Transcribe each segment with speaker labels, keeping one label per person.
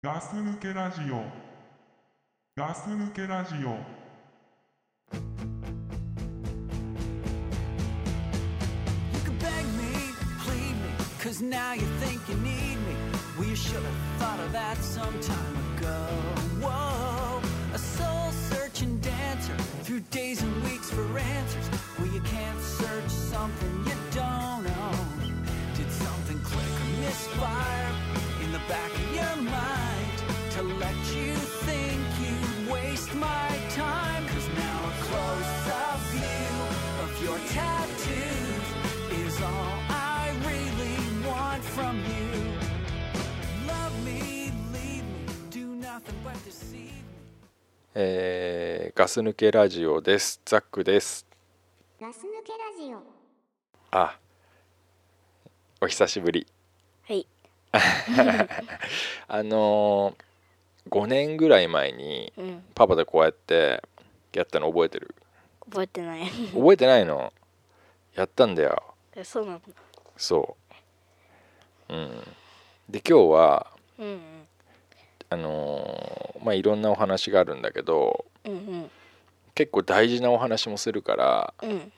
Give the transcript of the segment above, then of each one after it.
Speaker 1: ガス抜けラジオガス抜けラジオ
Speaker 2: You can beg me, plead me, cause now you think you need me. We should have thought of that some time ago. Whoa, a soul searching dancer through days and weeks for answers. Well, you can't search something you don't own. Did something click or misfire in the back of your mind to let you think you waste my time? Cause now a close up view of your tattoos is all I really want from you. Love me, leave me, do nothing but deceive me.
Speaker 3: えーガス抜けラジオです。ザックです。
Speaker 4: ガス抜けラジオ。
Speaker 3: あ、お久しぶり。
Speaker 4: はい。
Speaker 3: あのー、5年ぐらい前に
Speaker 4: うん。
Speaker 3: パパとこうやってやったの覚えてる
Speaker 4: 覚えて ない。
Speaker 3: 覚えてないのやったんだよ。
Speaker 4: えそうなの。
Speaker 3: そう。うん。で、今日は、
Speaker 4: うん
Speaker 3: あのーまあ、いろんなお話があるんだけど、
Speaker 4: うん。うん
Speaker 3: 結構大事なお話もするから、
Speaker 4: うん。うん。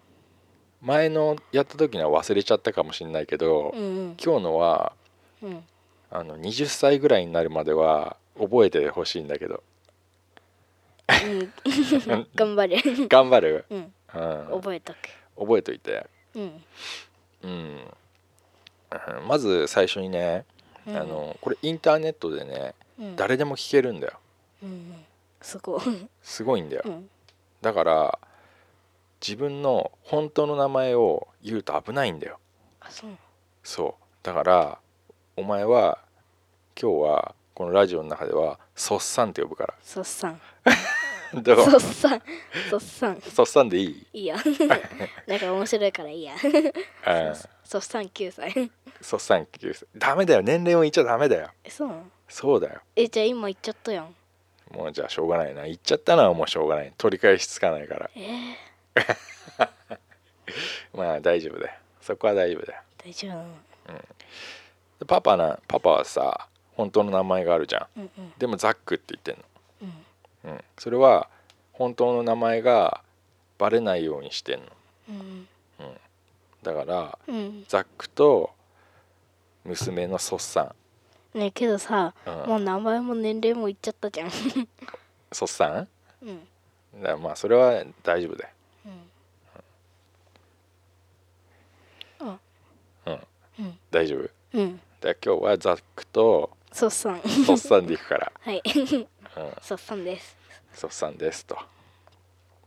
Speaker 3: 前のやった時には忘れちゃったかもしれないけど、
Speaker 4: うんうん。
Speaker 3: 今日のは
Speaker 4: うん。
Speaker 3: あの20歳ぐらいになるまでは覚えてほしいんだけど
Speaker 4: 頑張 れ。
Speaker 3: 頑張る、
Speaker 4: うん。
Speaker 3: うん、
Speaker 4: 覚えと
Speaker 3: 覚えといて、
Speaker 4: く。うん。
Speaker 3: うん、うんまず最初にね、
Speaker 4: うん
Speaker 3: あのこれインターネットでね
Speaker 4: うん。
Speaker 3: 誰でも聞けるんだよ
Speaker 4: うん。そこ。
Speaker 3: すごいんだよ、
Speaker 4: うん。
Speaker 3: だから自分の本当の名前を言うと危ないんだよ
Speaker 4: あ、そうなの。
Speaker 3: そうだからお前は今日はこのラジオの中では「そっさん」って呼ぶか
Speaker 4: そっさん。
Speaker 3: らどう
Speaker 4: そっさん。そっ さん。
Speaker 3: そっさんでいい、
Speaker 4: いいや。なんか面白いから いいや。
Speaker 3: うん、
Speaker 4: そっさん9歳。
Speaker 3: そうさん9歳ダメだよ年齢を言っちゃダメだよ
Speaker 4: え、そうなの
Speaker 3: そうだよ
Speaker 4: え、じゃあ今言っちゃったやん。
Speaker 3: もうじゃあしょうがないな言っちゃったのはもうしょうがない取り返しつかないから
Speaker 4: えー、
Speaker 3: まあ大丈夫だよそこは大丈夫だよ
Speaker 4: 大丈夫なの
Speaker 3: でパパなパパはさ本当の名前があるじゃん
Speaker 4: うんうん。
Speaker 3: でもザックって言ってん
Speaker 4: うん。
Speaker 3: の、うん、それは本当の名前がバレないようにしてんの
Speaker 4: うん。
Speaker 3: だから
Speaker 4: うん。
Speaker 3: ザックと娘のソッサン
Speaker 4: ねえけどさ、
Speaker 3: うん
Speaker 4: もう名前も年齢も言っちゃったじゃん。
Speaker 3: ソッサン
Speaker 4: うん。
Speaker 3: だからまあそれは大丈夫だよ
Speaker 4: あ
Speaker 3: 大丈夫
Speaker 4: うん。
Speaker 3: だから今日はザックと
Speaker 4: そっ さん。
Speaker 3: ソッサンでいく から
Speaker 4: はい。そっさんです。
Speaker 3: ソフさんですと。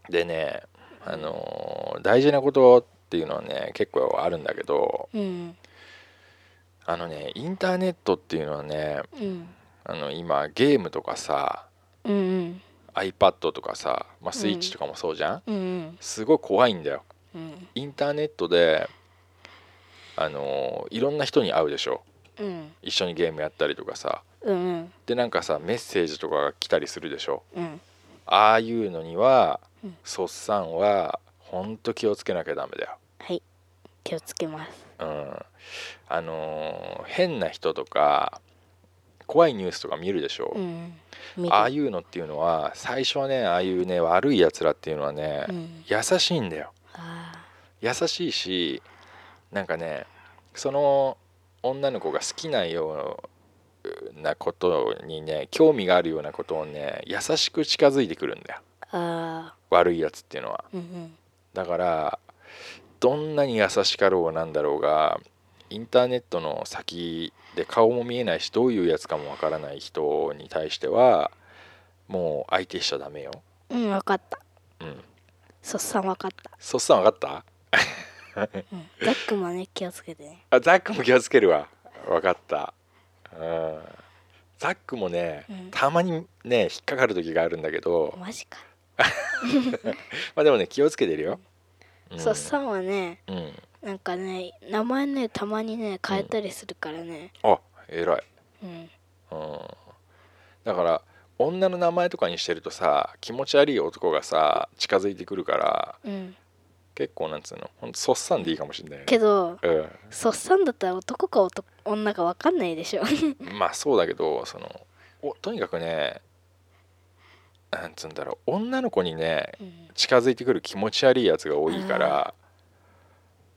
Speaker 3: でね、あのー大事なことっていうのはね結構あるんだけど
Speaker 4: うん。
Speaker 3: あのねインターネットっていうのはね
Speaker 4: うん。
Speaker 3: あの今ゲームとかさ
Speaker 4: うんうん。
Speaker 3: iPad とかさ、まあ、スイッチとかもそうじゃん、
Speaker 4: うんうん。
Speaker 3: すごい怖いんだよ。
Speaker 4: うん。
Speaker 3: インターネットであのーいろんな人に会うでしょ
Speaker 4: うん。
Speaker 3: 一緒にゲームやったりとかさ
Speaker 4: うん。
Speaker 3: でなんかさメッセージとかが来たりするでしょ
Speaker 4: うん。
Speaker 3: ああいうのには
Speaker 4: うん
Speaker 3: そっさんはほんと気をつけなきゃダメだよ。
Speaker 4: はい。気をつけます。
Speaker 3: うんあのー変な人とか怖いニュースとか見るでしょ、
Speaker 4: うん。見る
Speaker 3: ああいうのっていうのは最初はねああいうね悪いやつらっていうのはね、
Speaker 4: うん。
Speaker 3: 優しいんだよ
Speaker 4: あ
Speaker 3: 優しいしなんかねその女の子が好きなようなことにね興味があるようなことをね優しく近づいてくるんだよ
Speaker 4: あ。ああ。
Speaker 3: 悪いやつっていうのは
Speaker 4: うんうん。
Speaker 3: だからどんなに優しかろうなんだろうがインターネットの先で顔も見えないしどういうやつかもわからない人に対してはもう相手しちゃダメよ。
Speaker 4: うん、わかった。
Speaker 3: うん、
Speaker 4: そっさんわかった。
Speaker 3: そっさん分かった
Speaker 4: うん。ザックもね、気をつけてね。
Speaker 3: あザックも気をつけるわ分かった。うん、ザックもね、
Speaker 4: うん
Speaker 3: たまにね引っかかる時があるんだけど、
Speaker 4: マジか。
Speaker 3: まあ、でもね気をつけてるよ。うん
Speaker 4: そっさんはね、
Speaker 3: うん、
Speaker 4: なんかね、名前ね、たまにね、変えたりするからね。
Speaker 3: あ偉い。
Speaker 4: うん。
Speaker 3: うんだから女の名前とかにしてるとさ気持ち悪い男がさ近づいてくるから
Speaker 4: うん。
Speaker 3: 結構なんつうのほんとそっさんでいいかもしれないよね
Speaker 4: けど、
Speaker 3: う
Speaker 4: そっさんだったら男か男女かわかんないでしょ。
Speaker 3: ん、まあそうだけどそのおとにかくねなんつうんだろう女の子にね
Speaker 4: うん
Speaker 3: 近づいてくる気持ち悪いやつが多いから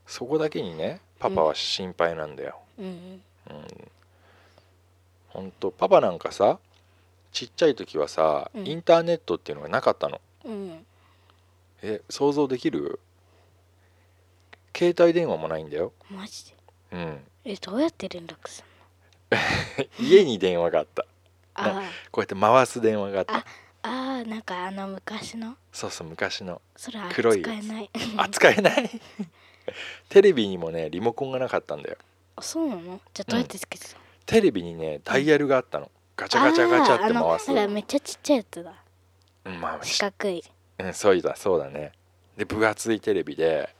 Speaker 3: そこだけにねパパは心配なんだよ、
Speaker 4: うん
Speaker 3: うん、ほんとパパなんかさちっちゃい時はさ、
Speaker 4: うん
Speaker 3: インターネットっていうのがなかったの
Speaker 4: うん
Speaker 3: え想像できる携帯電話もないんだよ、
Speaker 4: マジで
Speaker 3: うん、
Speaker 4: えどうやって連絡する
Speaker 3: 家に電話があった
Speaker 4: のあ
Speaker 3: こうやって回す電話があった
Speaker 4: ああーなんかあの昔の
Speaker 3: そうそう昔の
Speaker 4: それは使
Speaker 3: 黒いやつ
Speaker 4: えない
Speaker 3: 扱えない テレビにもねリモコンがなかったんだよ
Speaker 4: あそうなのじゃあどうやってつけてたの
Speaker 3: テレビにねダイヤルがあったのガチャガチャガチャって
Speaker 4: あーあの
Speaker 3: 回す
Speaker 4: なんかめっちゃちっちゃいやつだ
Speaker 3: うんまあ
Speaker 4: 四
Speaker 3: し
Speaker 4: 角い
Speaker 3: うんそうだそうだねで分厚いテレビで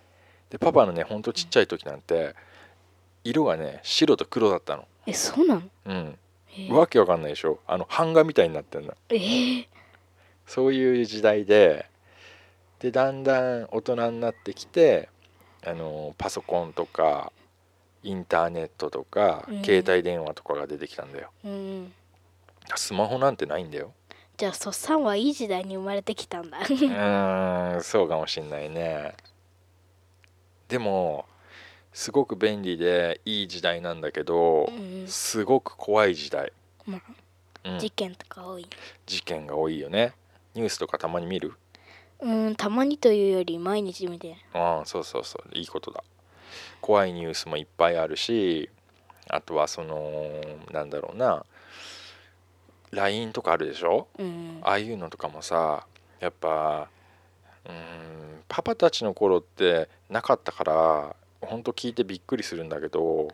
Speaker 3: でパパのねほんとちっちゃい時なんて色がね白と黒だったの
Speaker 4: えそうなの
Speaker 3: うん
Speaker 4: え
Speaker 3: わけわかんないでしょあの版画みたいになってんだ
Speaker 4: えー
Speaker 3: そういう時代ででだんだん大人になってきてあのパソコンとかインターネットとか
Speaker 4: うん
Speaker 3: 携帯電話とかが出てきたんだよ、
Speaker 4: うん
Speaker 3: スマホなんてないんだよ
Speaker 4: じゃあそうさんはいい時代に生まれてきた んだ
Speaker 3: うーんそうかもしんないねでもすごく便利でいい時代なんだけど
Speaker 4: うん
Speaker 3: すごく怖い時代、
Speaker 4: まあ
Speaker 3: うん
Speaker 4: 事件とか多い
Speaker 3: 事件が多いよねニュースとかたまに見る
Speaker 4: うんたまにというより毎日見てる
Speaker 3: ああそうそうそういいことだ怖いニュースもいっぱいあるしあとはそのなんだろうな LINE とかあるでしょ
Speaker 4: うん
Speaker 3: ああいうのとかもさやっぱうーんパパたちの頃ってなかったからほんと聞いてびっくりするんだけど、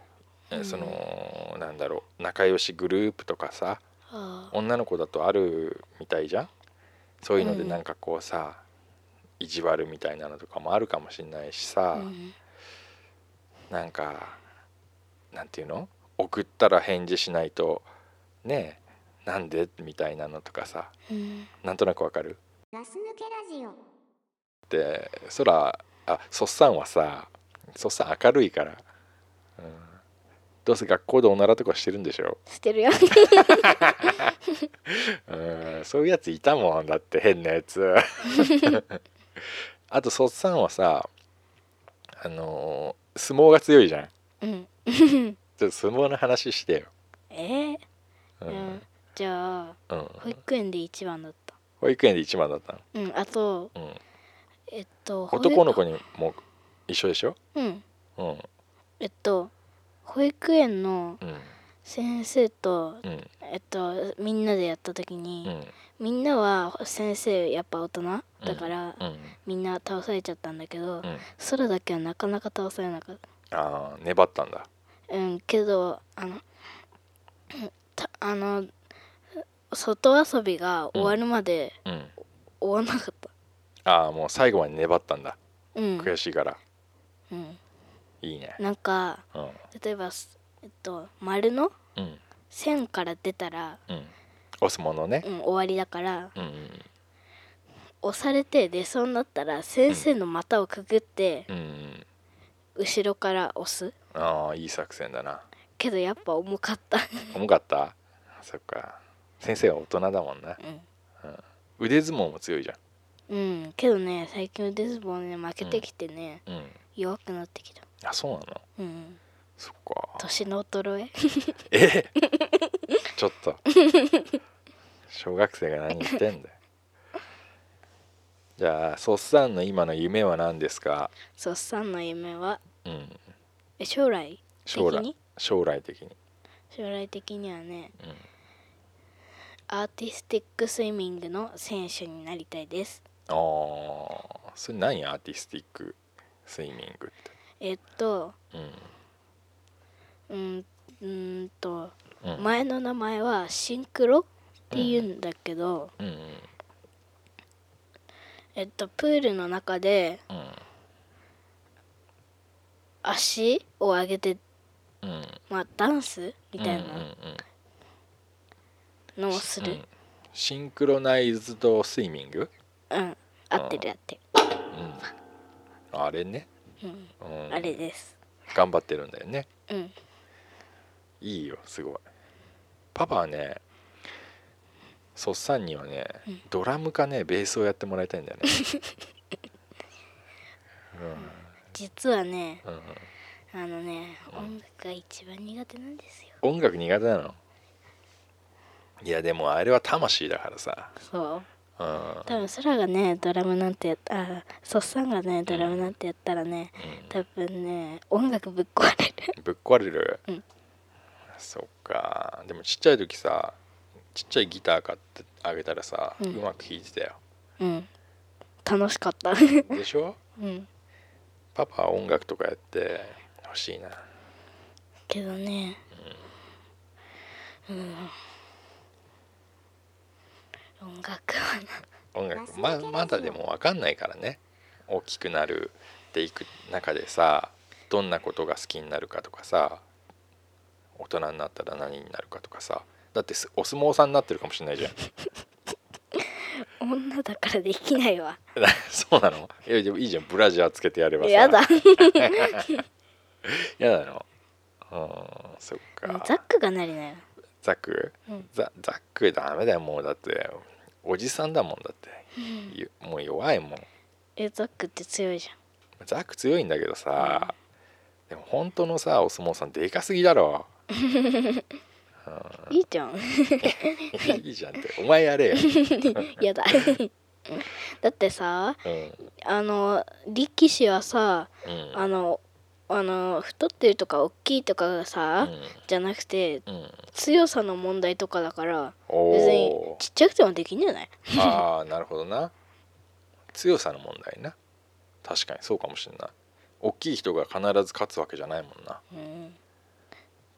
Speaker 3: え
Speaker 4: うん
Speaker 3: そのなんだろう仲良しグループとかさ
Speaker 4: あ
Speaker 3: 女の子だとあるみたいじゃんそういうので
Speaker 4: うん
Speaker 3: なんかこうさ、意地悪みたいなのとかもあるかもしんないし
Speaker 4: あ
Speaker 3: さ、
Speaker 4: うん
Speaker 3: なんかなんていうの送ったら返事しないとねえなんでみたいなのとかさ
Speaker 4: うん
Speaker 3: なんとなくわかる
Speaker 5: ガス抜けラジオ
Speaker 3: ってそらあそっさんはさそっさん明るいから、うん、どうせ学校でおならとかしてるんでしょ、
Speaker 4: して るよ
Speaker 3: うん、そういうやついたもんだって変なや つあとそっさんはさあのー相撲が強いじゃん
Speaker 4: うん
Speaker 3: ちょっと相撲の話してよ、
Speaker 4: えー
Speaker 3: う
Speaker 4: うんんじゃあ
Speaker 3: うん、
Speaker 4: 保育園で一番だった
Speaker 3: 保育園で一番だったの、
Speaker 4: うんあと
Speaker 3: うん、
Speaker 4: えっと保育
Speaker 3: 男の子にも一緒でしょ、
Speaker 4: うん
Speaker 3: うん
Speaker 4: えっと保育園の
Speaker 3: うん
Speaker 4: 先生と
Speaker 3: うん
Speaker 4: えっとみんなでやった時
Speaker 3: う
Speaker 4: に
Speaker 3: ん
Speaker 4: みんなは先生やっぱ大人だから
Speaker 3: うん
Speaker 4: みんな倒されちゃったんだけど
Speaker 3: うん
Speaker 4: 空だけはなかなか倒されなかっ
Speaker 3: ああ粘ったんだ
Speaker 4: たうんけどあのたあの外遊びが終わるまで
Speaker 3: うん
Speaker 4: 終わらなかった
Speaker 3: ああもう最後まで粘ったんだ
Speaker 4: うん、
Speaker 3: 悔しいから、
Speaker 4: うん、
Speaker 3: いいね
Speaker 4: なんか
Speaker 3: うん
Speaker 4: 例えばすえっと丸の
Speaker 3: うん
Speaker 4: 線から出たら、
Speaker 3: うんお相撲のね
Speaker 4: うん、終わりだから
Speaker 3: うんうん
Speaker 4: 押されて出そうになったら先生の股をくぐって
Speaker 3: うんうん
Speaker 4: 後ろから押す
Speaker 3: ああいい作戦だな
Speaker 4: けどやっぱ重かった
Speaker 3: 重かったそっか先生は大人だもんな、
Speaker 4: うん
Speaker 3: 腕相撲も強いじゃ
Speaker 4: うんけどね最近腕相撲ね負けてきてね、
Speaker 3: んうん
Speaker 4: 弱くなってきた
Speaker 3: あそうなの
Speaker 4: うん
Speaker 3: そっか
Speaker 4: 年の衰え
Speaker 3: え ちょっと小学生が何言ってんだよじゃあそっさんの今の夢は何ですか
Speaker 4: そうさんの夢は
Speaker 3: うん
Speaker 4: え将来的
Speaker 3: 将来
Speaker 4: に
Speaker 3: 将来的に
Speaker 4: 将来的にはね、
Speaker 3: うん
Speaker 4: アーティスティックスイミングの選手になりたいです
Speaker 3: ああそれ何アーティスティックスイミングって
Speaker 4: えっと
Speaker 3: う
Speaker 4: うんうーんと
Speaker 3: んうん
Speaker 4: 前の名前はシンクロっていうんだけど、
Speaker 3: うんうん
Speaker 4: えっとプールの中で足を上げて
Speaker 3: うんうん
Speaker 4: まあダンスみたい
Speaker 3: うんうん
Speaker 4: な
Speaker 3: うん
Speaker 4: のをす
Speaker 3: う
Speaker 4: る
Speaker 3: んシンクロナイズドスイミング
Speaker 4: うん、合ってる合って
Speaker 3: あれね
Speaker 4: る、うん、
Speaker 3: うん
Speaker 4: あれです
Speaker 3: 頑張ってるんだよね
Speaker 4: うん
Speaker 3: いいよすごいパパはねそっさんにはね、ドラムかねベースをやってもらいたいん だよね
Speaker 4: 実はね
Speaker 3: うんうん
Speaker 4: あのね音楽が一番苦手なんですよ
Speaker 3: 音楽苦手なのいやでもあれは魂だからさ
Speaker 4: そう
Speaker 3: うん
Speaker 4: 多分空がねドラムなんてやったあそっさんがねドラムなんてやったらね多分ね音楽ぶっ壊れる
Speaker 3: ぶっ壊れる、
Speaker 4: うん
Speaker 3: そっかでもちっちゃい時さちっちゃいギター買ってあげたらさ、う
Speaker 4: うん
Speaker 3: まく弾いてたよ
Speaker 4: うん楽しかった
Speaker 3: でしょ
Speaker 4: うん
Speaker 3: パパは音楽とかやってほしいな
Speaker 4: けどねうん、音楽はな
Speaker 3: 音楽ままだでも分かんないからね大きくなるっていく中でさどんなことが好きになるかとかさ大人になったら何になるかとかさだってすお相撲さんになってるかもしれないじゃん
Speaker 4: 女だからできないわ
Speaker 3: そうなのいやでもいいじゃんブラジャーつけてやればさ
Speaker 4: やだ
Speaker 3: やだのうんそっか
Speaker 4: ザックがなりなよ
Speaker 3: ザック、
Speaker 4: うん
Speaker 3: ザザックダメだよもうだっておじさんだもんだって、ゆもう弱いもん
Speaker 4: えザックって強いじ
Speaker 3: ザック強いんだけどさ、でも本当のさお相撲さんでかすぎだろ
Speaker 4: ゃんいいじゃん
Speaker 3: いいじゃんってお前やれよ、
Speaker 4: やだだってさ
Speaker 3: うん
Speaker 4: あの力士はさ
Speaker 3: うん
Speaker 4: あのあの太ってるとか大きいとかがさ、じゃなくて
Speaker 3: うんうん、
Speaker 4: 強さの問題とかだから
Speaker 3: お
Speaker 4: 別に
Speaker 3: お
Speaker 4: ちっちゃくてもできんじゃない
Speaker 3: ああなるほどな強さの問題な確かにそうかもしれない大きい人が必ず勝つわけじゃないもんな
Speaker 4: うん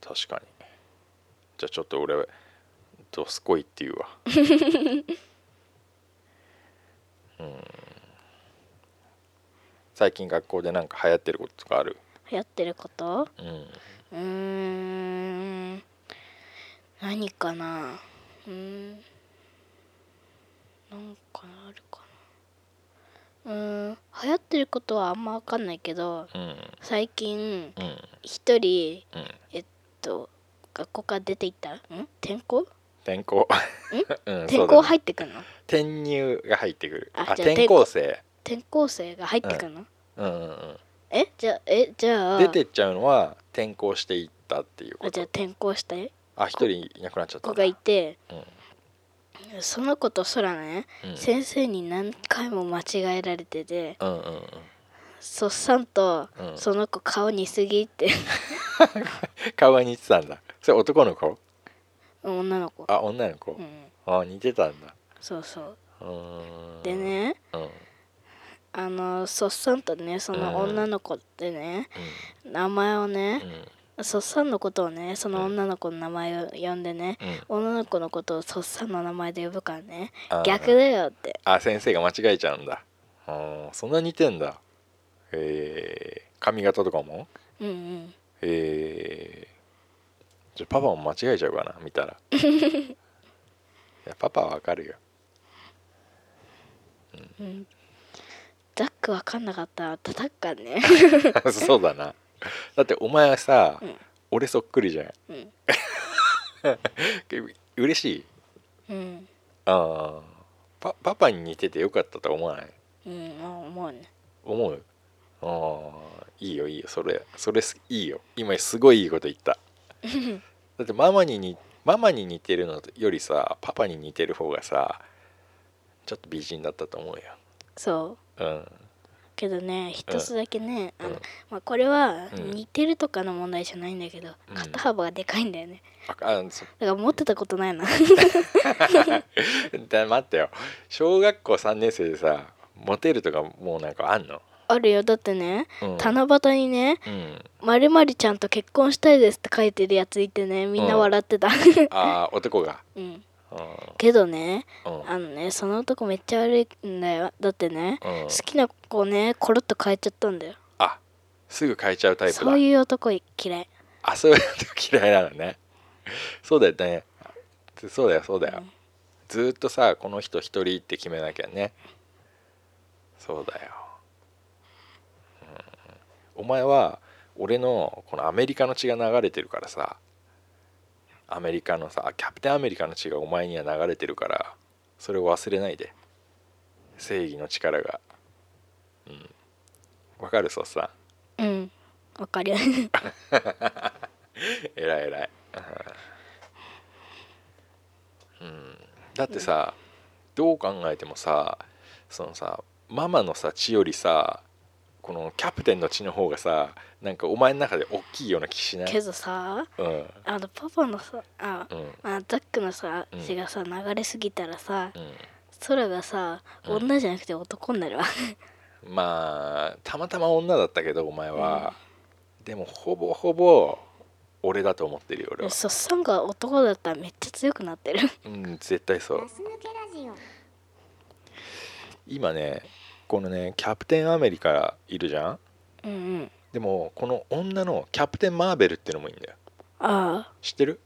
Speaker 3: 確かにじゃあちょっと俺どすこいって言 うわうん最近学校でなんか流行ってることとかある
Speaker 4: 流行ってること
Speaker 3: うん
Speaker 4: うーん何かなうーんなんかあるかなうーん流行ってることはあんま分かんないけど
Speaker 3: うん
Speaker 4: 最近
Speaker 3: うん
Speaker 4: 一人
Speaker 3: うん
Speaker 4: えっと学校から出ていったん転校
Speaker 3: 転校 うんそ
Speaker 4: 転
Speaker 3: うだ
Speaker 4: 校
Speaker 3: ね
Speaker 4: 入ってくんの
Speaker 3: 転入が入ってくる
Speaker 4: あ
Speaker 3: あ
Speaker 4: じゃあ
Speaker 3: 転校生
Speaker 4: 転校生が入ってくんの、
Speaker 3: うんうんうん
Speaker 4: えじゃあえじゃあ
Speaker 3: 出てっちゃうのは転校していったっていうこ
Speaker 4: あじゃあ
Speaker 3: と
Speaker 4: 転校した
Speaker 3: あ一人いなくなっちゃった
Speaker 4: 子
Speaker 3: んだ
Speaker 4: がいて
Speaker 3: うん
Speaker 4: その子と空ね、
Speaker 3: うん
Speaker 4: 先生に何回も間違えられてて
Speaker 3: うんうんうん
Speaker 4: そっさんと
Speaker 3: うん
Speaker 4: その子顔似すぎって
Speaker 3: 川に行ってたんだそれ男の子
Speaker 4: 女の子
Speaker 3: あ女の子、
Speaker 4: うん
Speaker 3: あ似てたんだ
Speaker 4: そうそう
Speaker 3: うーん
Speaker 4: でね
Speaker 3: うんうん
Speaker 4: あのそっさんとねその女の子ってね、名前をね、
Speaker 3: うん
Speaker 4: そっさんのことをねその女の子の名前を呼んでね、女の子のことをそっさんの名前で呼ぶからね
Speaker 3: あー
Speaker 4: 逆だよって
Speaker 3: あ先生が間違えちゃうんだあーそんな似てんだえー、髪型とかも
Speaker 4: うんうん
Speaker 3: えー、じゃあパパも間違えちゃうかな見 たらいやパパはわかるよ
Speaker 4: ザック分かんなかったら叩くから ね
Speaker 3: そうだなだってお前はさ、俺そっくりじゃん、 嬉しい
Speaker 4: うん
Speaker 3: あーパパパに似ててよかったとは思わない
Speaker 4: うんあ思うね
Speaker 3: 思うああいいよいいよそれそれすいいよ今すごいいいこと言っただってママににママに似てるのよりさパパに似てる方がさちょっと美人だったと思うよ
Speaker 4: そう
Speaker 3: うん
Speaker 4: けどね一つだけね、
Speaker 3: うん
Speaker 4: あ
Speaker 3: うん
Speaker 4: のまあ、これは
Speaker 3: うん
Speaker 4: 似てるとかの問題じゃないんだけど、
Speaker 3: うん
Speaker 4: 肩幅がでかいんだよね
Speaker 3: ああそ
Speaker 4: だから持ってたこと ないな
Speaker 3: だ待ってよ小学校3年生でさモテるとかもうなんかあんの
Speaker 4: あるよだってね、
Speaker 3: うん
Speaker 4: 七夕にね
Speaker 3: うん
Speaker 4: 「まるまるちゃんと結婚したいです」って書いてるやついてねみんな笑ってた、
Speaker 3: ああ男が
Speaker 4: うん、
Speaker 3: うん
Speaker 4: けどね
Speaker 3: うん
Speaker 4: あのねその男めっちゃ悪いんだよだってね、
Speaker 3: うん
Speaker 4: 好きな子ねコロッと変えちゃったんだよ
Speaker 3: あすぐ変えちゃうタイプだ
Speaker 4: そういう男嫌い
Speaker 3: あそういうの嫌いなのねそうだよねそうだよそうだよ、ずーっとさこの人一人って決めなきゃねそうだよ、うんお前は俺のこのアメリカの血が流れてるからさアメリカのさキャプテンアメリカの血がお前には流れてるからそれを忘れないで正義の力がうんわかるそうさ
Speaker 4: うんわかる
Speaker 3: えらいえらいうん、うんだってさどう考えてもさそのさママのさ血よりさこのキャプテンの血の方がさなんかお前の中で大きいような気しない
Speaker 4: けどさ
Speaker 3: うんうん
Speaker 4: あのパパのさあ
Speaker 3: うん
Speaker 4: あザックのさ
Speaker 3: うん
Speaker 4: 血がさ流れすぎたらさ空がさ女じゃなくて男になるわ
Speaker 3: まあたまたま女だったけどお前は、でもほぼほぼ俺だと思ってるよ俺は、
Speaker 4: そっさんが男だったらめっちゃ強くなってる
Speaker 3: うん、絶対そう
Speaker 5: ガス抜けラジオ
Speaker 3: 今ねこのねキャプテンアメリカいるじゃん
Speaker 4: うんうん
Speaker 3: でもこの女のキャプテン・マーベルってのもいいんだよ
Speaker 4: ああ
Speaker 3: 知ってる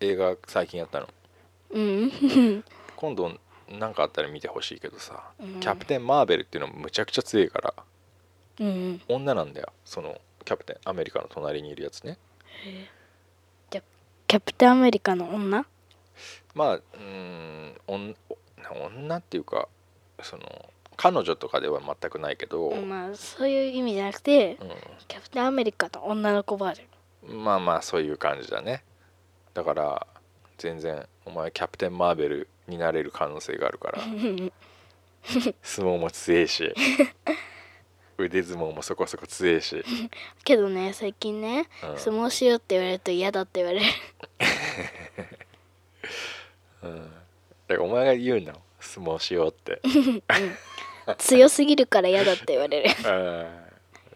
Speaker 3: 映画最近やったの
Speaker 4: うん
Speaker 3: 今度なんかあったら見てほしいけどさ、
Speaker 4: うん
Speaker 3: キャプテン・マーベルっていうのむちゃくちゃ強いから
Speaker 4: うんうん
Speaker 3: 女なんだよそのキャプテンアメリカの隣にいるやつね
Speaker 4: キャプテンアメリカの女
Speaker 3: まあうーんおん女っていうかその彼女とかでは全くないけど、
Speaker 4: まあそういう意味じゃなくてキャプテンアメリカの女の子バージョン
Speaker 3: うん、まあまあそういう感じだねだから全然お前キャプテン・マーベルになれる可能性がある から相撲も強えし腕相撲もそこそこ強えし、
Speaker 4: けどね最近ね、
Speaker 3: うん
Speaker 4: 相撲しようって言われると嫌だって言われ る
Speaker 3: うん、だからお前が言うの相撲しよう って、
Speaker 4: 強すぎるから嫌だって言われる
Speaker 3: うん、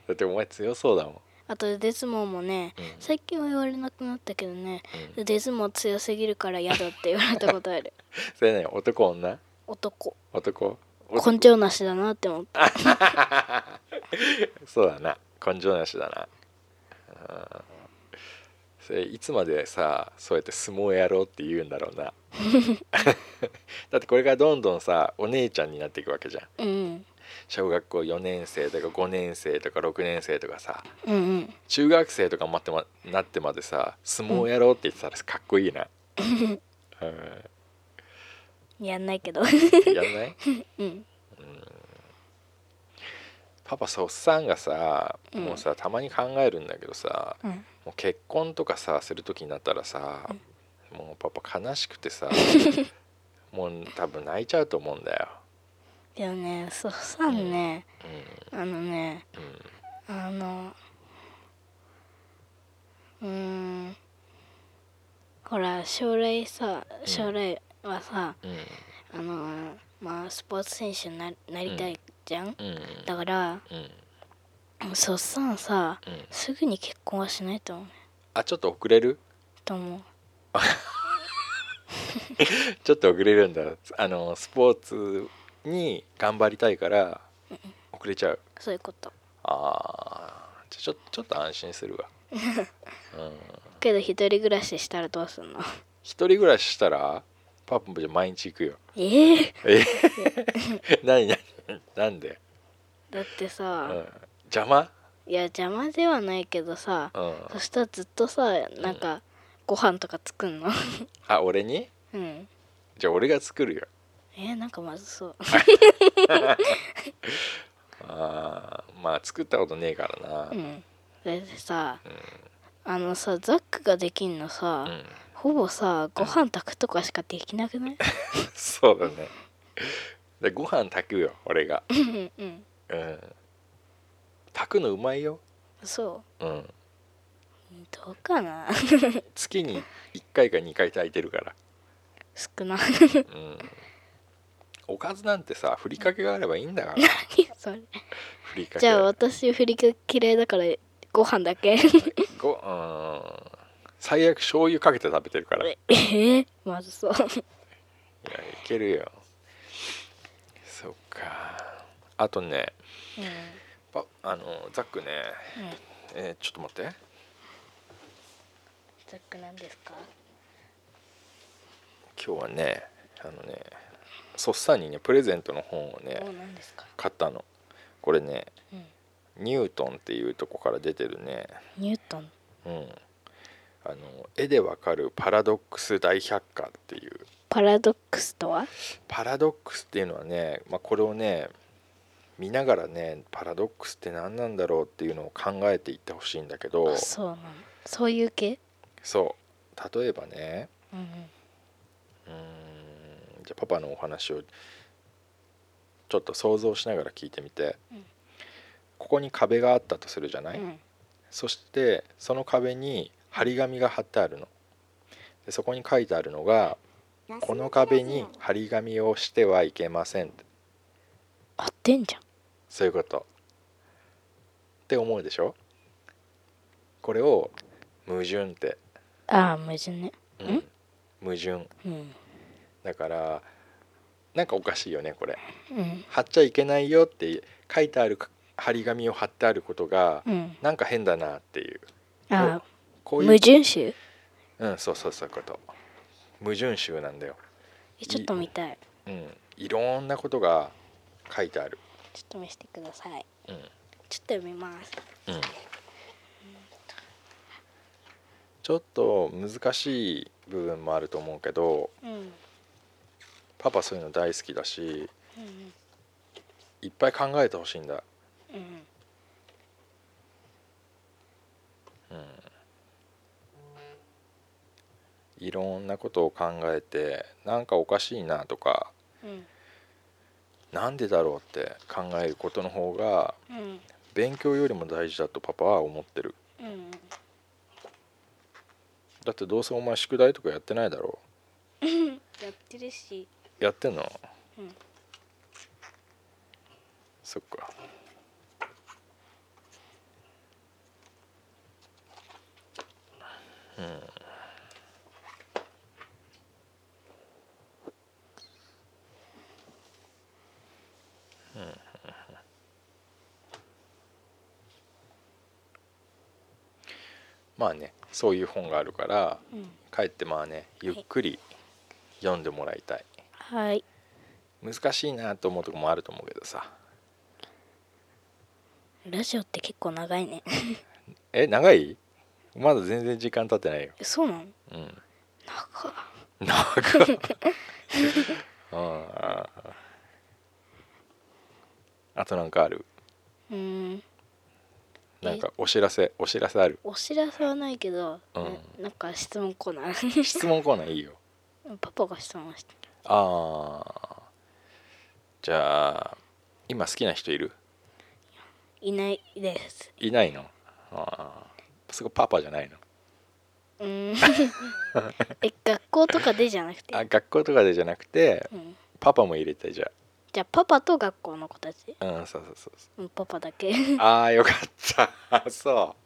Speaker 3: だってお前強そうだもん
Speaker 4: あと腕相撲もね、
Speaker 3: うん
Speaker 4: 最近は言われなくなったけどね、腕相撲強すぎるから嫌だって言われたことある
Speaker 3: それね男女
Speaker 4: 男
Speaker 3: 男 男
Speaker 4: 根性なしだなって思った
Speaker 3: そうだな根性なしだな、うんそれいつまでさそうやって相撲やろうって言うんだろうなだってこれからどんどんさお姉ちゃんになっていくわけじゃん
Speaker 4: うん
Speaker 3: 小学校4年生とか5年生とか6年生とかさ
Speaker 4: うんうん
Speaker 3: 中学生とか待って、ま、なってまでさ相撲やろうって言ってたらかっこいいな、うん、
Speaker 4: やんないけど
Speaker 3: やんない
Speaker 4: うん
Speaker 3: パパさおっさんがさ
Speaker 4: うん
Speaker 3: もうさたまに考えるんだけどさ、
Speaker 4: うん
Speaker 3: もう結婚とかさする時になったらさ、もうパパ悲しくて さもう多分泣いちゃうと思うんだよ、
Speaker 4: でもねそうさんね、
Speaker 3: う
Speaker 4: あのね
Speaker 3: んうん、
Speaker 4: あのうーんほら将来さ将来はさ、
Speaker 3: う
Speaker 4: あのまあスポーツ選手にななりたいじゃ
Speaker 3: ん
Speaker 4: ん、
Speaker 3: うん
Speaker 4: だから
Speaker 3: うん
Speaker 4: そっさんさ
Speaker 3: うん
Speaker 4: すぐに結婚はしないと思う
Speaker 3: あちょっと遅れる
Speaker 4: と思う
Speaker 3: ちょっと遅れるんだあのスポーツに頑張りたいから遅れちゃう
Speaker 4: そういうこと
Speaker 3: あーじゃあちょちょっと安心するわ、うん、
Speaker 4: けど一人暮らししたらどうすんの
Speaker 3: 一人暮らししたらパパもじゃあ毎日行くよ
Speaker 4: ええ
Speaker 3: え何何なんで、
Speaker 4: だって
Speaker 3: う
Speaker 4: さ、
Speaker 3: ん、邪魔
Speaker 4: いや邪魔ではないけどさ、
Speaker 3: うん
Speaker 4: そしたらずっとさなんかご飯とか作んの
Speaker 3: あ俺に
Speaker 4: うん
Speaker 3: じゃあ俺が作るよ
Speaker 4: えー、なんかまずそう
Speaker 3: あーまあ作ったことねえからな
Speaker 4: うんだってさ、あのさザックができんのさ、
Speaker 3: うん、
Speaker 4: ほぼさご飯炊くとかしかできなくない
Speaker 3: そうだねでご飯炊くよ俺が
Speaker 4: うんうん
Speaker 3: うん炊くのうまいよ
Speaker 4: そ
Speaker 3: うん
Speaker 4: うどうかな
Speaker 3: 月に1回か2回炊いてるから
Speaker 4: 少な
Speaker 3: うんおかずなんてさふりかけがあればいいんだから
Speaker 4: それ
Speaker 3: ふりかけ
Speaker 4: じゃあ私ふりかけ嫌いだからご飯だけ
Speaker 3: ごうん最悪醤油かけて食べてるから
Speaker 4: えー、まずそう
Speaker 3: いやいけるよそっかあとね
Speaker 4: う
Speaker 3: パあのザックね、
Speaker 4: んうん
Speaker 3: えーちょっと待って
Speaker 4: ザックなんですか
Speaker 3: 今日はねあのねそっさんにねプレゼントの本を
Speaker 4: お
Speaker 3: ね
Speaker 4: なんですか
Speaker 3: 買ったのこれね
Speaker 4: うん
Speaker 3: ニュートンっていうとこから出てるね
Speaker 4: ニュートン
Speaker 3: うんあの絵でわかるパラドックス大百科っていう
Speaker 4: パラドックスとは
Speaker 3: パラドックスっていうのはね、まあ、これをね見ながらねパラドックスって何なんだろうっていうのを考えていってほしいんだけど
Speaker 4: そうなのそういう系
Speaker 3: そう例えばね
Speaker 4: うん
Speaker 3: うーんじゃあパパのお話をちょっと想像しながら聞いてみて、
Speaker 4: ん
Speaker 3: ここに壁があったとするじゃない、
Speaker 4: うん
Speaker 3: そしてその壁に張り紙が貼ってあるのでそこに書いてあるのが「この壁に張り紙をしてはいけません」って
Speaker 4: 合ってんじゃん
Speaker 3: そういうことって思うでしょこれを矛盾って、
Speaker 4: ああ矛盾ね
Speaker 3: うん
Speaker 4: ん
Speaker 3: 矛盾
Speaker 4: うん
Speaker 3: だからなんかおかしいよねこれ
Speaker 4: うん
Speaker 3: 貼っちゃいけないよって書いてあるか貼り紙を貼ってあることが
Speaker 4: うん
Speaker 3: なんか変だなっていう
Speaker 4: ああ
Speaker 3: こうい
Speaker 4: 矛
Speaker 3: う
Speaker 4: 盾集
Speaker 3: うんそうそうそういうこと矛盾集なんだよ
Speaker 4: えちょっと見たい
Speaker 3: うんいろんなことが書いてある
Speaker 4: ちょっと見せてください
Speaker 3: うん
Speaker 4: ちょっと読みます
Speaker 3: うんちょっと難しい部分もあると思うけど
Speaker 4: うんうん
Speaker 3: パパそういうの大好きだしいっぱい考えてほしいんだ
Speaker 4: うん
Speaker 3: いろんなことを考えてなんかおかしいなとか
Speaker 4: うん
Speaker 3: なんでだろうって考えることの方が
Speaker 4: うん
Speaker 3: 勉強よりも大事だとパパは思ってる
Speaker 4: うん
Speaker 3: だってどうせお前宿題とかやってないだろ
Speaker 4: やってるし
Speaker 3: うやってんの
Speaker 4: うん
Speaker 3: そっかまあねそういう本があるから
Speaker 4: うん
Speaker 3: 帰ってまあねゆっくり読んでもらいたい
Speaker 4: はい
Speaker 3: 難しいなと思うとこもあると思うけどさ
Speaker 4: ラジオって結構長いね
Speaker 3: え長いまだ全然時間経ってないよ
Speaker 4: そうなの
Speaker 3: うん
Speaker 4: 長っ
Speaker 3: 長いあーあとなんかある
Speaker 4: うーん
Speaker 3: なんかお知らせお知らせある
Speaker 4: お知らせはないけど、
Speaker 3: うん
Speaker 4: ななんか質問コーナー
Speaker 3: 質問コーナーいいよ
Speaker 4: パパが質問して
Speaker 3: ああじゃあ今好きな人いる
Speaker 4: いないです
Speaker 3: いないのああそこパパじゃないの
Speaker 4: うーんえ学校とかでじゃなくて
Speaker 3: あ学校とかでじゃなくて
Speaker 4: うん、
Speaker 3: パパも入れてじゃ
Speaker 4: じゃあパパと学校の子たち、
Speaker 3: あうんそうそうそうそ
Speaker 4: うん、パパ だけ
Speaker 3: うああよかった そ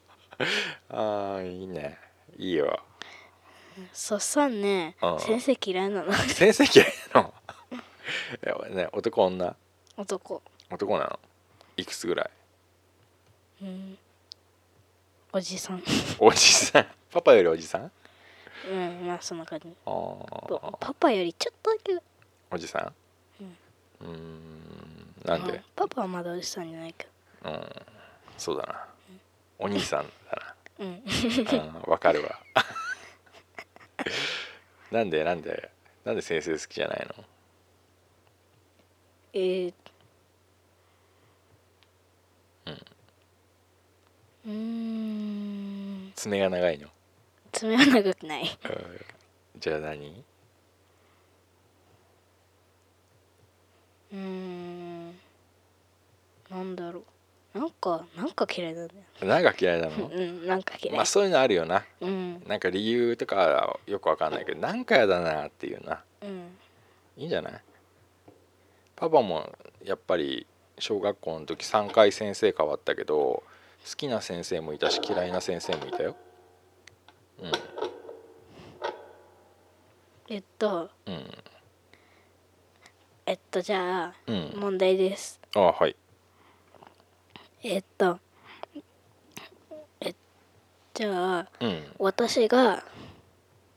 Speaker 3: うああいいねいいよ
Speaker 4: そっさんね
Speaker 3: うん
Speaker 4: 先生嫌いなの
Speaker 3: 先生嫌いなの やばいね男女
Speaker 4: 男
Speaker 3: 男なのいくつぐらい
Speaker 4: うんおじさん
Speaker 3: おじさん パパよりおじさんあ
Speaker 4: うんまあそんな感じ
Speaker 3: あ
Speaker 4: パパよりちょっとだけ
Speaker 3: おじさんうーんなん
Speaker 4: う
Speaker 3: で
Speaker 4: んパパはまだおじさんじゃないけ
Speaker 3: うんそうだなお兄さんだ
Speaker 4: どうん
Speaker 3: なうんわかるわ なんでなんでなんで先生好きじゃないの
Speaker 4: えー、うーん
Speaker 3: 爪が長いの
Speaker 4: 爪は長くない
Speaker 3: うんじゃあ何
Speaker 4: うーんなんだろうなんかなんか嫌いなんだよ
Speaker 3: 何が嫌いな
Speaker 4: う
Speaker 3: の
Speaker 4: んなんか嫌い、
Speaker 3: まあそういうのあるよな
Speaker 4: うん
Speaker 3: なんか理由とかはよくわかんないけどなんかやだなっていうな
Speaker 4: うん
Speaker 3: いいんじゃないパパもやっぱり小学校の時3回先生変わったけど好きな先生もいたし嫌いな先生もいたよ
Speaker 4: えっと
Speaker 3: うん
Speaker 4: えっとじゃあ、
Speaker 3: うん
Speaker 4: 問題です
Speaker 3: あはい
Speaker 4: えっとえじゃあ
Speaker 3: うん
Speaker 4: 私が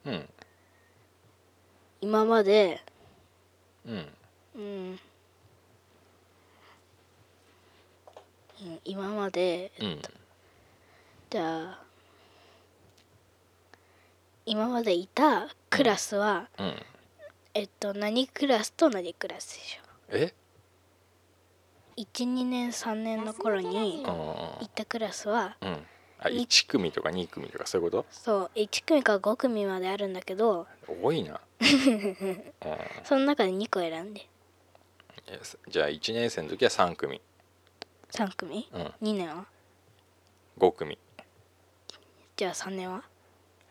Speaker 3: うん
Speaker 4: 今まで
Speaker 3: うん
Speaker 4: うんうん今まで
Speaker 3: うん
Speaker 4: じゃあ今までいたクラスは、
Speaker 3: うん
Speaker 4: えっと何クラスと何クラスでしょ
Speaker 3: え
Speaker 4: 12年3年の頃
Speaker 3: う
Speaker 4: に
Speaker 3: ん
Speaker 4: 行ったクラスは
Speaker 3: うんあ1組とか2組とかそういうこ
Speaker 4: そう1組から5組まであるんだけど
Speaker 3: と多いな、うん、
Speaker 4: その中で2個選んで
Speaker 3: えじゃあ1年生の時は3組
Speaker 4: 3組、
Speaker 3: うん
Speaker 4: 二2年は
Speaker 3: 5組
Speaker 4: じゃあ3年は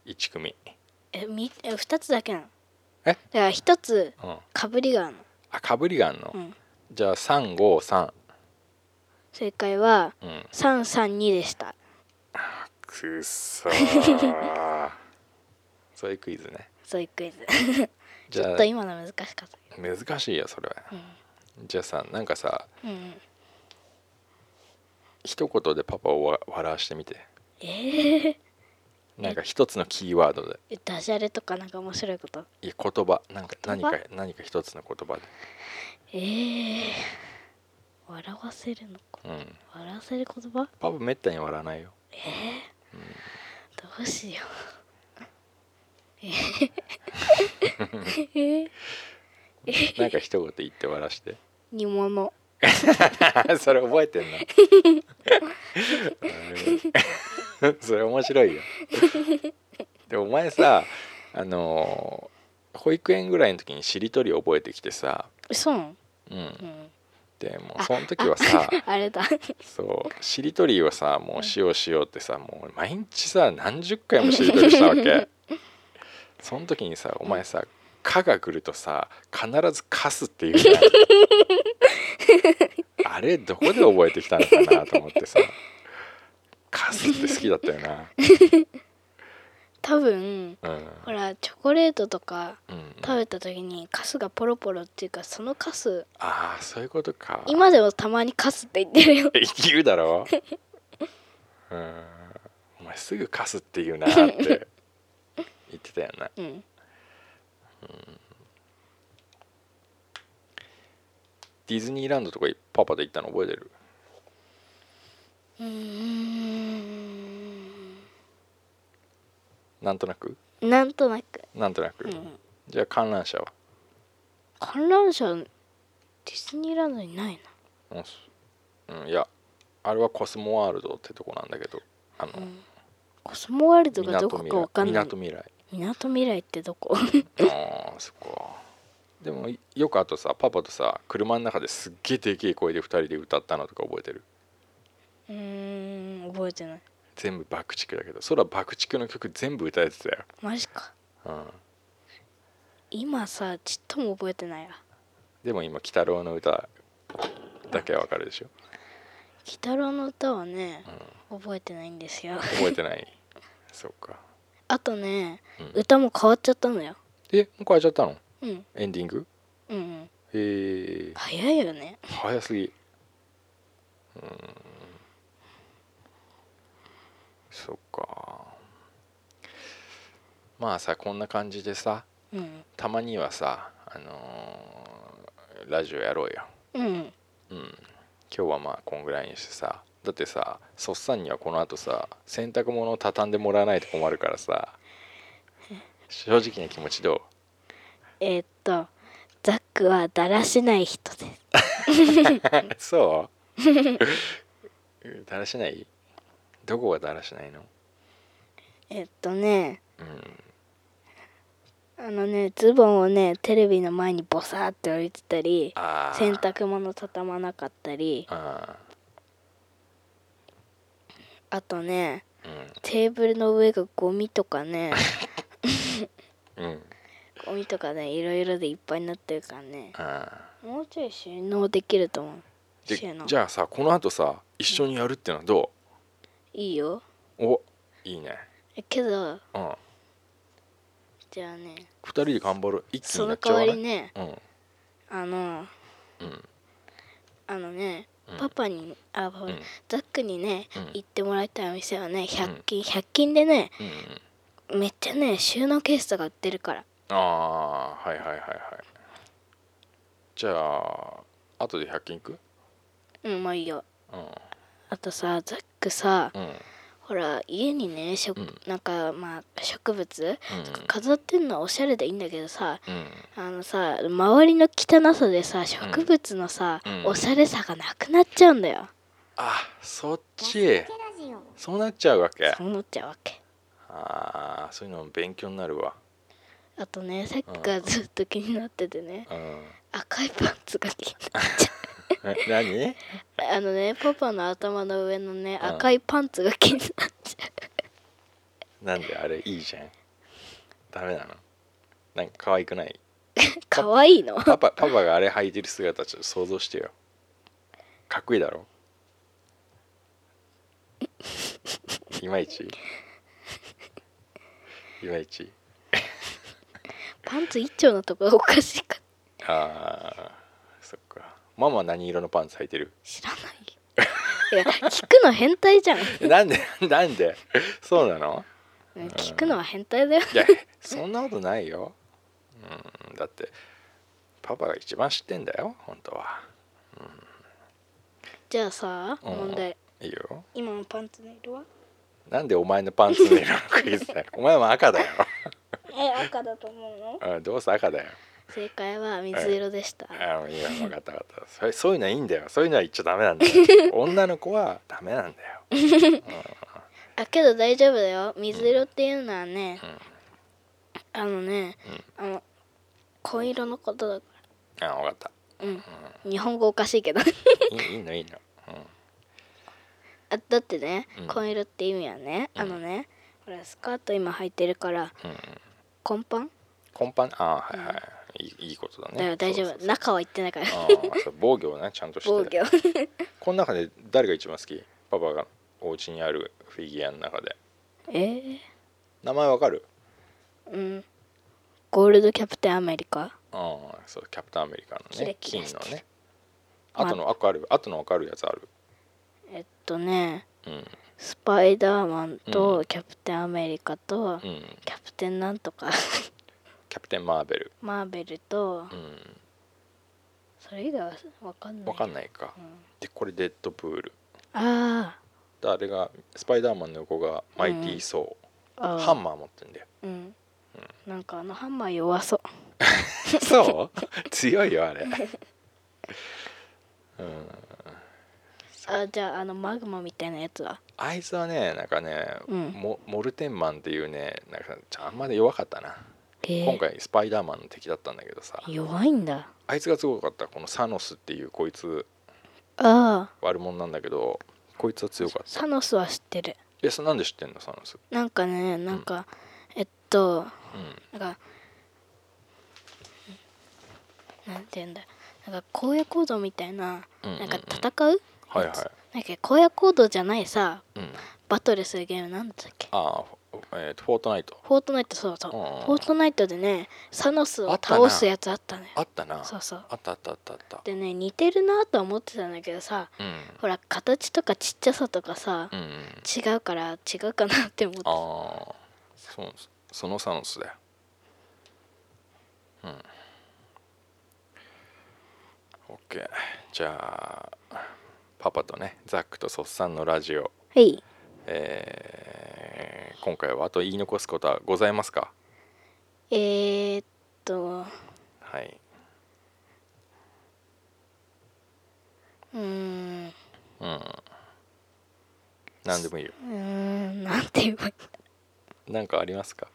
Speaker 3: 1組
Speaker 4: えみえ2つだけなの
Speaker 3: え
Speaker 4: だから1つ
Speaker 3: うん
Speaker 4: かぶりがあるの
Speaker 3: あかぶりがあんの、
Speaker 4: うん
Speaker 3: じゃあ353
Speaker 4: 正解は
Speaker 3: うん
Speaker 4: 332でした
Speaker 3: くっそ ーそういうクイズね
Speaker 4: そういうクイズ
Speaker 3: じ
Speaker 4: ちょ
Speaker 3: ゃ
Speaker 4: っ
Speaker 3: あ
Speaker 4: と今の難しかった
Speaker 3: 難しいよそれは、じゃあさなんかさ
Speaker 4: うんうん
Speaker 3: 一言でパパをわ笑わしてみて
Speaker 4: ええ
Speaker 3: なんか一つのキーワードで
Speaker 4: ダジャレとかなんか面白いこと
Speaker 3: いや言葉なんか
Speaker 4: 言
Speaker 3: 何
Speaker 4: 葉
Speaker 3: か何か一つの言葉で
Speaker 4: ええ笑わせるのか
Speaker 3: うん
Speaker 4: 笑わせる言葉
Speaker 3: パパめったに笑わないよ
Speaker 4: どうしよ
Speaker 3: なんか一言言って笑わして
Speaker 4: う煮物
Speaker 3: それ覚えてんなうん それ面白いよでお前さあのー保育園ぐらいの時にしりとり覚えてきてさ
Speaker 4: そうなの
Speaker 3: う
Speaker 4: うんん
Speaker 3: でもうその時はさ
Speaker 4: あれだ
Speaker 3: そうしりとりはさもうしようしようってさもう毎日さ何十回もしりとりしたわけその時にさお前さ「か」が来るとさ必ず「かす」っていうじゃんあれどこで覚えてきたのかなと思ってさ「かす」って好きだったよな
Speaker 4: 多分
Speaker 3: うん
Speaker 4: ほらチョコレートとか
Speaker 3: うん
Speaker 4: 食べた時にカスがポロポロっていうかそのカス
Speaker 3: ああそういうことか
Speaker 4: 今でもたまにカスって言って るよ
Speaker 3: え言うだろうんお前すぐ「かす」って言うなって言ってたよな
Speaker 4: うん
Speaker 3: ディズニーランドとかパパで行ったの覚えてる
Speaker 4: うーん
Speaker 3: なんとなく
Speaker 4: なんとなく、
Speaker 3: なんとなく、
Speaker 4: うん、
Speaker 3: じゃあ観覧車は
Speaker 4: 観覧車ディズニーランドにない
Speaker 3: うんすうんいやあれはコスモワールドってとこなんだけどあの、
Speaker 4: な、うん、コスモワールドがど
Speaker 3: 港
Speaker 4: こ
Speaker 3: 未
Speaker 4: かわ
Speaker 3: 来
Speaker 4: かんない
Speaker 3: 港未来
Speaker 4: 港未来ってど こ
Speaker 3: ああそっかでもいよくあとさパパとさ車の中ですっげえでけえ声で2人で歌ったのとか覚えてる
Speaker 4: うーん覚えてない
Speaker 3: 全部爆竹だけどそら爆竹の曲全部歌えてたよ、
Speaker 4: マジか
Speaker 3: うん、
Speaker 4: 今さちっとも覚えてないわ
Speaker 3: でも今「鬼太郎の歌」だけはわかるでしょ
Speaker 4: 「鬼太郎の歌」はね、覚えてないんですよ
Speaker 3: 覚えて ないそっか
Speaker 4: あとね、
Speaker 3: うん
Speaker 4: 歌も変わっちゃったのよ
Speaker 3: えもう変えちゃったの
Speaker 4: うん
Speaker 3: エンディング
Speaker 4: うんうん
Speaker 3: へえ
Speaker 4: 早いよね
Speaker 3: 早すぎうーんそっかまあさこんな感じでさ
Speaker 4: うん
Speaker 3: たまにはさあのーラジオやろうよ
Speaker 4: うん
Speaker 3: 今日はまあこんぐらいにしてさだってさそっさんにはこのあとさ洗濯物を畳んでもらわないと困るからさ正直な気持ちど
Speaker 4: えーっとザックはだらしない人です
Speaker 3: うそう だらしないどこがだらしないの
Speaker 4: えーっとね
Speaker 3: うん
Speaker 4: あのねズボンをねテレビの前にボサーって置いてたり
Speaker 3: あー
Speaker 4: 洗濯物畳まなかったり
Speaker 3: あ
Speaker 4: あとね
Speaker 3: ー
Speaker 4: テーブルの上がゴミと かね
Speaker 3: うんうん
Speaker 4: ゴミとかねいろいろでいっぱいになってるからね
Speaker 3: あ
Speaker 4: もうちょい収納できると思う
Speaker 3: ー
Speaker 4: 収
Speaker 3: で
Speaker 4: 納
Speaker 3: じゃあさこのあとさ一緒にやるってのはど
Speaker 4: いいよ
Speaker 3: うおいいね
Speaker 4: えけど
Speaker 3: うん
Speaker 4: じゃあね
Speaker 3: 二人で頑張る一気
Speaker 4: そ
Speaker 3: にや
Speaker 4: の
Speaker 3: っちゃ
Speaker 4: 代
Speaker 3: わ
Speaker 4: わ
Speaker 3: な
Speaker 4: り
Speaker 3: い
Speaker 4: ね
Speaker 3: うん
Speaker 4: あの
Speaker 3: うん
Speaker 4: あのね、
Speaker 3: うん
Speaker 4: パパにあパパ、
Speaker 3: うん
Speaker 4: ザックにね、
Speaker 3: うん
Speaker 4: 行ってもらいたいお店はね100均、100均でね
Speaker 3: うんうん
Speaker 4: めっちゃね収納ケースとか売ってるから
Speaker 3: ああはいはいはいはいじゃあ後で100均行く
Speaker 4: うんまあいいよ
Speaker 3: うん
Speaker 4: あとさザックさ
Speaker 3: うん
Speaker 4: ほら家にねしょ、
Speaker 3: うん
Speaker 4: なんかまあ植物
Speaker 3: うん
Speaker 4: 飾ってんのはおしゃれでいいんだけどさ
Speaker 3: うん
Speaker 4: あのさ周りの汚さでさ植物のさ、
Speaker 3: うん
Speaker 4: おしゃれさがなくなっちゃうんだよ、
Speaker 3: あそっちそうなっちゃうわけ
Speaker 4: そう思っちゃうわけ
Speaker 3: あーそういうのも勉強になるわ
Speaker 4: あとねさっきからずっと気になっててね
Speaker 3: うん
Speaker 4: 赤いパンツが気になっちゃう
Speaker 3: え何
Speaker 4: あのねパパの頭の上のね
Speaker 3: うん
Speaker 4: 赤いパンツが気になっちゃ
Speaker 3: なんであれいいじゃんダメなのなんか可愛くないう
Speaker 4: 可愛いの
Speaker 3: パパパパがあれ履いてる姿ちょっと想像してよかっこいいだろいまいちいまいち
Speaker 4: パンツ一丁のとこがおかしいから
Speaker 3: あーそっかママ何色のパンツ履いてる
Speaker 4: 知らないよいや聞くの変態じゃん
Speaker 3: えなんで なんでそうなの
Speaker 4: うん聞くのは変態だよ
Speaker 3: いやそんなことないよ、うん、だってパパが一番知ってんだよ本当は
Speaker 4: じゃあさ
Speaker 3: うん
Speaker 4: 問題
Speaker 3: いいよ
Speaker 4: 今のパンツの色は
Speaker 3: なんでお前のパンツの色のクイズだよお前も赤だよ
Speaker 4: え赤だと思うの
Speaker 3: うんどうせ赤だよ
Speaker 4: 正解は水色でした
Speaker 3: あいや分かった分かったそれそういうのはいいんだよそういうのは言っちゃダメなんだよ 女の子はダメなんだよ
Speaker 4: あけど大丈夫だよ水色っていうのはね
Speaker 3: うん
Speaker 4: あのねあの紺色のことだか
Speaker 3: あ分かった
Speaker 4: らうん日本語おかしいけど
Speaker 3: いいいいのいいの、うん、
Speaker 4: あだってね
Speaker 3: うん
Speaker 4: 紺色って意味はねあのねほらスカート今履いてるから
Speaker 3: うんうん
Speaker 4: 紺パン
Speaker 3: コンパンあはいはいいいいいことだね
Speaker 4: だよ大丈
Speaker 3: そう
Speaker 4: 夫中は言ってないから
Speaker 3: そうそうあそう防御をねちゃんとして
Speaker 4: 防御
Speaker 3: この中で誰が一番好きパパがお家にあるフィギュアの中で
Speaker 4: えー
Speaker 3: 名前わかる
Speaker 4: うん、ゴールドキャプテンアメリカ
Speaker 3: ああそうキャプテンアメリカの
Speaker 4: キラ
Speaker 3: ね
Speaker 4: キ
Speaker 3: 金
Speaker 4: ラし
Speaker 3: の
Speaker 4: てる
Speaker 3: ねあとのあとあるあとのわかるやつある
Speaker 4: えっとね
Speaker 3: うん
Speaker 4: スパイダーマン
Speaker 3: う
Speaker 4: と
Speaker 3: ん
Speaker 4: キャプテンアメリカと
Speaker 3: うん
Speaker 4: キャプテンなんとか
Speaker 3: キャプテンマーベル
Speaker 4: マーベルと
Speaker 3: うん
Speaker 4: それ以外はわかんない
Speaker 3: わかんないかでこれデッドプール
Speaker 4: あー
Speaker 3: であれがスパイダーマンの横がマイティー・ソー、
Speaker 4: あ
Speaker 3: ハンマー持ってんだ よ
Speaker 4: ーうんなんかあのハンマー弱そう
Speaker 3: そう強いよあれ
Speaker 4: あじゃああのマグマみたいなやつは
Speaker 3: あいつはねなんかね、
Speaker 4: うん
Speaker 3: モモルテンマンっていうねなんかちょあんまり弱かったな
Speaker 4: えー
Speaker 3: 今回スパイダーマンの敵だったんだけどさ
Speaker 4: 弱いんだ
Speaker 3: あいつがすごかったこのサノスっていうこいつ
Speaker 4: ああ
Speaker 3: 悪者なんだけどこいつは強かった
Speaker 4: サノスは知ってる
Speaker 3: えそなんで知ってんのサノス
Speaker 4: なんかねなんか、えっと
Speaker 3: う
Speaker 4: なんかなんて言うんだなんか荒野行動みたいな、
Speaker 3: うんうんうん
Speaker 4: なんか戦う
Speaker 3: はいはい
Speaker 4: やつなんか荒野行動じゃないさ
Speaker 3: んうん
Speaker 4: バトルするゲームなんだっけ
Speaker 3: ああ、フォえーとフォートナイト
Speaker 4: フォートナイトそうそう、
Speaker 3: うん
Speaker 4: フォートナイトでねサノスを
Speaker 3: あったな
Speaker 4: 倒すやつあったのよ
Speaker 3: あったな
Speaker 4: そうそう
Speaker 3: あったあったあったあった
Speaker 4: でね似てるなとは思ってたんだけどさ
Speaker 3: うん
Speaker 4: ほら形とかちっちゃさとかさ、
Speaker 3: うんうん
Speaker 4: 違うから違うかなって思って
Speaker 3: ああそうそのサノスだようんオッケーじゃあパパとねザックとソッサンのラジオ、
Speaker 4: はい
Speaker 3: えー今回はあと言い残すことはございますか
Speaker 4: えー、っと
Speaker 3: はい、
Speaker 4: うーんう
Speaker 3: うん、何でもいいよ
Speaker 4: ーんなんて言えばいいんだ
Speaker 3: 何かありますか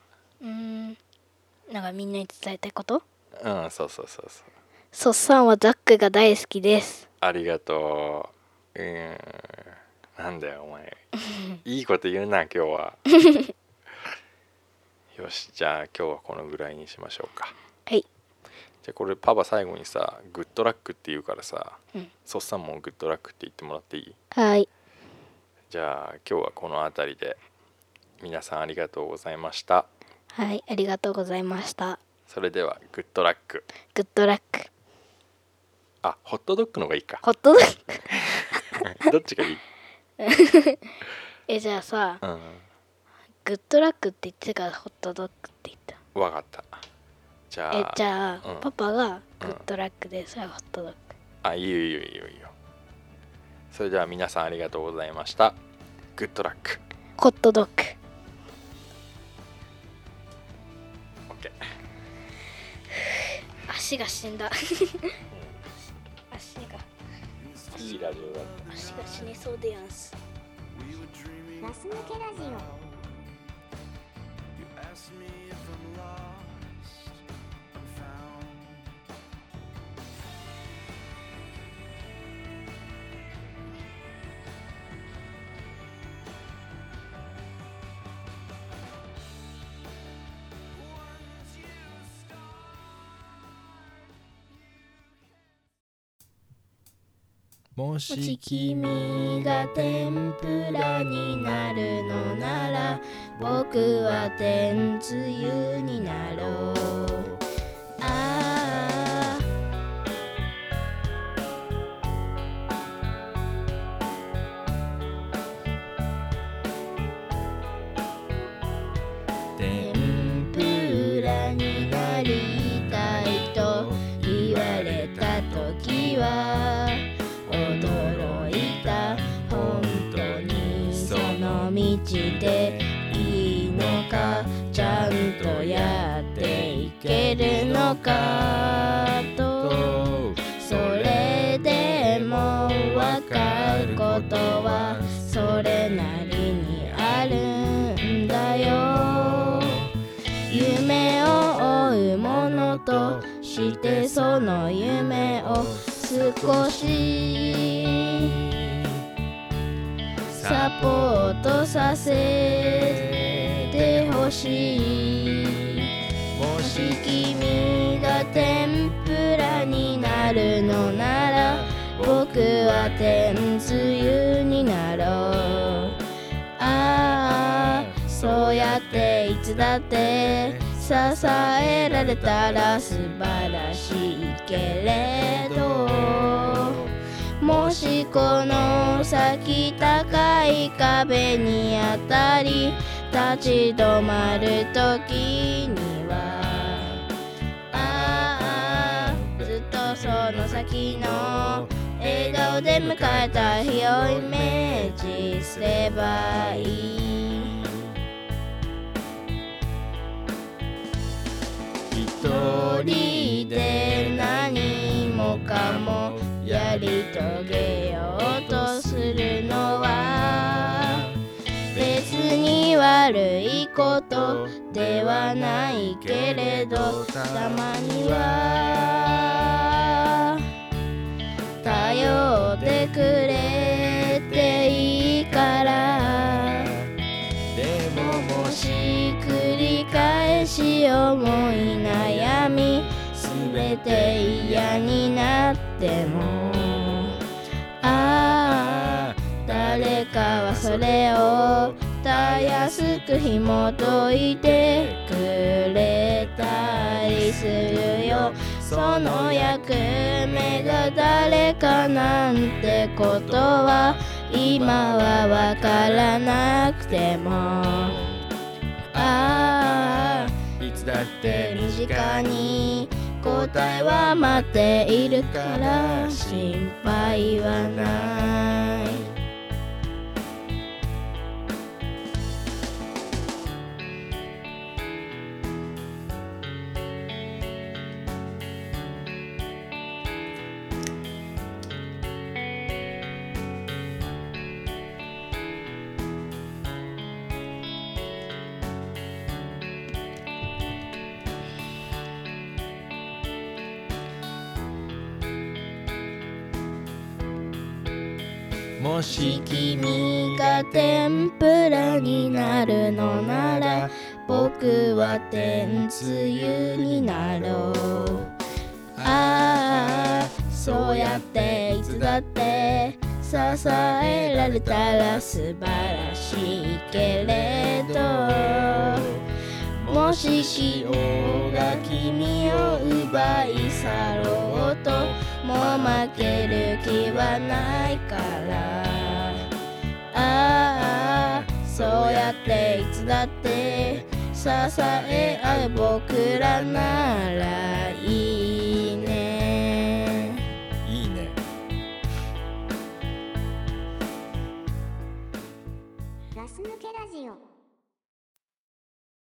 Speaker 4: うーんなんかみんなに伝えたいこと
Speaker 3: うんそうそうそうそう
Speaker 4: ソッサンはザックが大好きです
Speaker 3: ありがとう。うーん。なんだよ、お 前。いいこと言うな、今日は。 よし、じゃあ今日はこのぐらいにしましょうか。
Speaker 4: はい
Speaker 3: じゃあこれパパ最後にさ、グッドラックって言うからさ、
Speaker 4: うん
Speaker 3: そっさんもグッドラックって言ってもらっていい
Speaker 4: はい
Speaker 3: じゃあ今日はこの辺りで皆さんありがとうございました。
Speaker 4: はいありがとうございました
Speaker 3: それではグッドラック。
Speaker 4: グッドラック
Speaker 3: あ、ホットドッグの方がいいか。
Speaker 4: ホットドッグ
Speaker 3: どっちがいい、
Speaker 4: えじゃあさ
Speaker 3: うん、
Speaker 4: グッドラックって言ってたからホットドッグって言った
Speaker 3: わかった。じゃあ
Speaker 4: え、じゃあ、
Speaker 3: うん
Speaker 4: パパがグッドラックでそれはホットドッグ
Speaker 3: あ、いいよいいよいいよいいよ。それでは皆さんありがとうございました。グッドラック。
Speaker 4: コットドッグ
Speaker 3: OK
Speaker 4: 足が死ん だ足が
Speaker 3: いいラジオだった
Speaker 4: 足が死にそうでやんす
Speaker 5: ガス抜けラジオ
Speaker 2: You ask me if I'm lost. I'm found. Once you start.
Speaker 3: も
Speaker 5: もし君が天ぷらになるのなら僕は天つゆになろうああ天ぷらになりたいと言われた時は驚いた本当にその道でいいのかちゃんとやっていけるのかとそれでもわかることはそれなりにあるんだよ夢を追うものとしてその夢を少しサポートさせてほしいもし君が天ぷらになるのなら僕は天つゆになろうああそうやっていつだって支えられたら素晴らしいけれどもしこの先高い壁に当たり立ち止まる時にはああずっとその先の笑顔で迎えた日をイメージすればいい一人で何もかもやり遂げようとするのは別に悪いことではないけれどたまには頼ってくれていいからでももし繰り返し思い悩みすべて嫌になってもああ誰かはそれをたやすく紐解いてくれたりするよその役目が誰かなんてことは今はわからなくてもああいつだって身近に答えは待っているから心配はないもし君が天ぷらになるのなら僕は天つゆになろうああそうやっていつだって支えられたら素晴らしいけれどもし潮が君を奪い去ろうとも負ける気はないからああそうやっていつだって支え合う僕らならいい